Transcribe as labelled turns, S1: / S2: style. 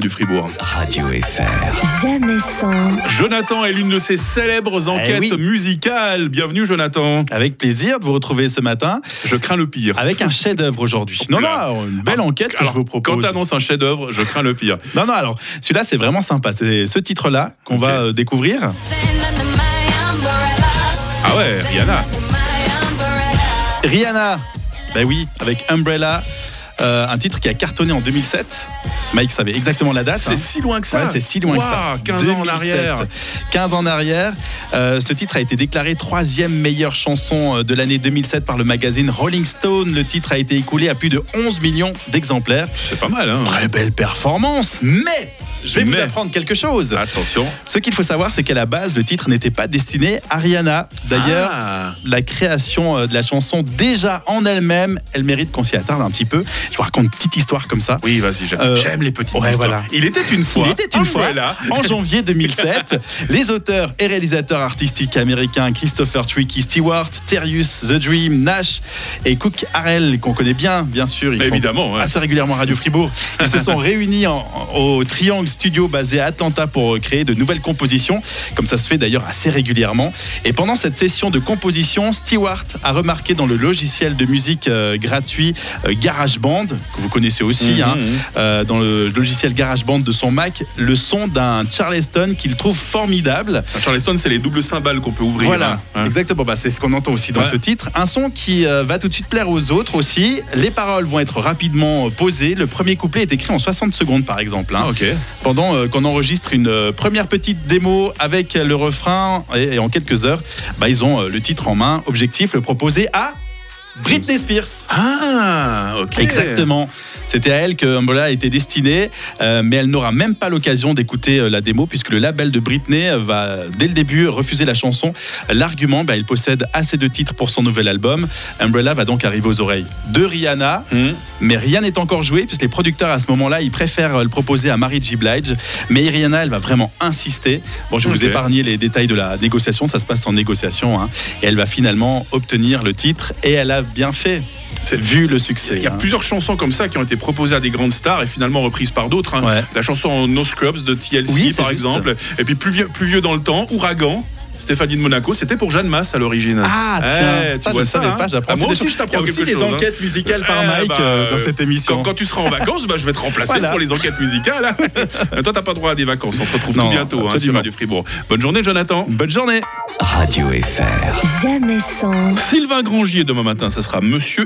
S1: du Fribourg.
S2: Radio FR.
S3: Jamais sans.
S1: Jonathan est l'une de ses célèbres enquêtes
S4: Eh oui.
S1: musicales. Bienvenue Jonathan.
S4: Avec plaisir de vous retrouver ce matin
S1: Je crains le pire.
S4: avec un chef-d'œuvre aujourd'hui. Non, non, une belle enquête que Ah, je
S1: Ah, Alors,
S4: vous propose.
S1: Quand t'annonces un chef-d'œuvre, je crains le pire.
S4: Non, non, alors celui-là c'est vraiment sympa. C'est ce titre-là qu'on
S1: Ok.
S4: va euh, découvrir.
S1: Ah ouais, Rihanna.
S4: Rihanna, ben oui, avec Umbrella, euh, un titre qui a cartonné en 2007. Mike savait exactement la date.
S1: C'est
S4: hein.
S1: si loin que ça.
S4: Ouais, c'est si loin que ça.
S1: Ouah, 15 ans en
S4: 2007.
S1: arrière.
S4: 15 ans en arrière. Euh, ce titre a été déclaré troisième meilleure chanson euh, de l'année 2007 par le magazine Rolling Stone. Le titre a été écoulé à plus de 11 millions d'exemplaires.
S1: C'est pas mal, hein.
S4: Très belle performance, mais je vais
S1: Mais.
S4: vous apprendre quelque chose.
S1: Attention.
S4: Ce qu'il faut savoir, c'est qu'à la base, le titre n'était pas destiné à Rihanna. D'ailleurs,
S1: Ah.
S4: la création euh, de la chanson, déjà en elle-même, elle mérite qu'on s'y attarde un petit peu. Je vous raconte une petite histoire comme ça.
S1: Oui, vas-y, j'aime
S4: Euh,
S1: j'aime les petites
S4: ouais,
S1: histoires.
S4: voilà.
S1: Il était une fois. Ah
S4: Il était une fois,
S1: Umbrella.
S4: en janvier 2007, les auteurs et réalisateurs artistiques américains Christopher Tricky Stewart, Terrius The Dream, Nash et Cook Harrell, qu'on connaît bien, bien sûr, ils
S1: Mais
S4: sont
S1: Évidemment, ouais.
S4: assez régulièrement à Radio Fribourg. Ils se sont réunis en- au Triangle Studio basé à Atlanta pour créer de nouvelles compositions, comme ça se fait d'ailleurs assez régulièrement. Et pendant cette session de composition, Stewart a remarqué dans le logiciel de musique euh, gratuit euh, GarageBand, que vous connaissez aussi,
S1: Mhm,
S4: hein,
S1: mhm.
S4: euh, dans le logiciel GarageBand de son Mac, le son d'un Charleston qu'il trouve formidable.
S1: Charleston, c'est les doubles cymbales qu'on peut ouvrir.
S4: Voilà,
S1: hein. Hein.
S4: exactement. Bah, c'est ce qu'on entend aussi dans
S1: Ouais.
S4: ce titre. Un son qui euh, va tout de suite plaire aux autres aussi. Les paroles vont être rapidement euh, posées. Le premier couplet est écrit en 60 secondes, par exemple. hein,
S1: Ah, ok.
S4: Pendant euh, qu'on enregistre une euh, première petite démo avec euh, le refrain, et, et en quelques heures, bah, ils ont euh, le titre en main. Objectif le proposer à Britney Spears.
S1: Ah, ok.
S4: Exactement. C'était à elle que Umbrella était destinée, euh, mais elle n'aura même pas l'occasion d'écouter euh, la démo puisque le label de Britney euh, va dès le début refuser la chanson. L'argument, bah, il possède assez de titres pour son nouvel album. Umbrella va donc arriver aux oreilles de Rihanna,
S1: Hmm.
S4: mais rien n'est encore joué puisque les producteurs à ce moment-là, ils préfèrent euh, le proposer à Mary J. Blige. Mais Rihanna, elle va vraiment insister. Bon, je vais vous
S1: Ok.
S4: épargner les détails de la négociation, ça se passe en négociation. hein. Et elle va finalement obtenir le titre et elle a bien fait.
S1: C'est-
S4: Vu le succès.
S1: Il y a
S4: hein.
S1: plusieurs chansons comme ça qui ont été proposées à des grandes stars et finalement reprises par d'autres. hein.
S4: Ouais.
S1: La chanson No Scrubs de TLC,
S4: Oui, c'est
S1: par
S4: juste.
S1: exemple. Et puis plus vieux, plus vieux dans le temps, Ouragan. Stéphanie de Monaco, c'était pour Jeanne Masse à l'origine.
S4: Ah
S1: Eh,
S4: tiens,
S1: tu
S4: ça je
S1: vois
S4: ne savais
S1: hein.
S4: pas, j'apprends.
S1: Ah, moi
S4: des
S1: aussi,
S4: choses.
S1: je t'apprends
S4: Il y a
S1: quelque
S4: aussi des
S1: chose. hein.
S4: enquêtes musicales par
S1: Eh,
S4: Mike
S1: bah,
S4: euh, dans cette émission.
S1: Quand, quand tu seras en vacances, bah, je vais te remplacer
S4: Voilà.
S1: pour les enquêtes musicales. Mais toi, t'as pas droit à des vacances. On te retrouve tout
S4: Non,
S1: bientôt hein, sur
S4: absolument.
S1: Radio Fribourg. Bonne journée, Jonathan.
S4: Bonne journée.
S2: Radio FR.
S3: Jamais sans.
S1: Sylvain Grangier, demain matin, ça sera Monsieur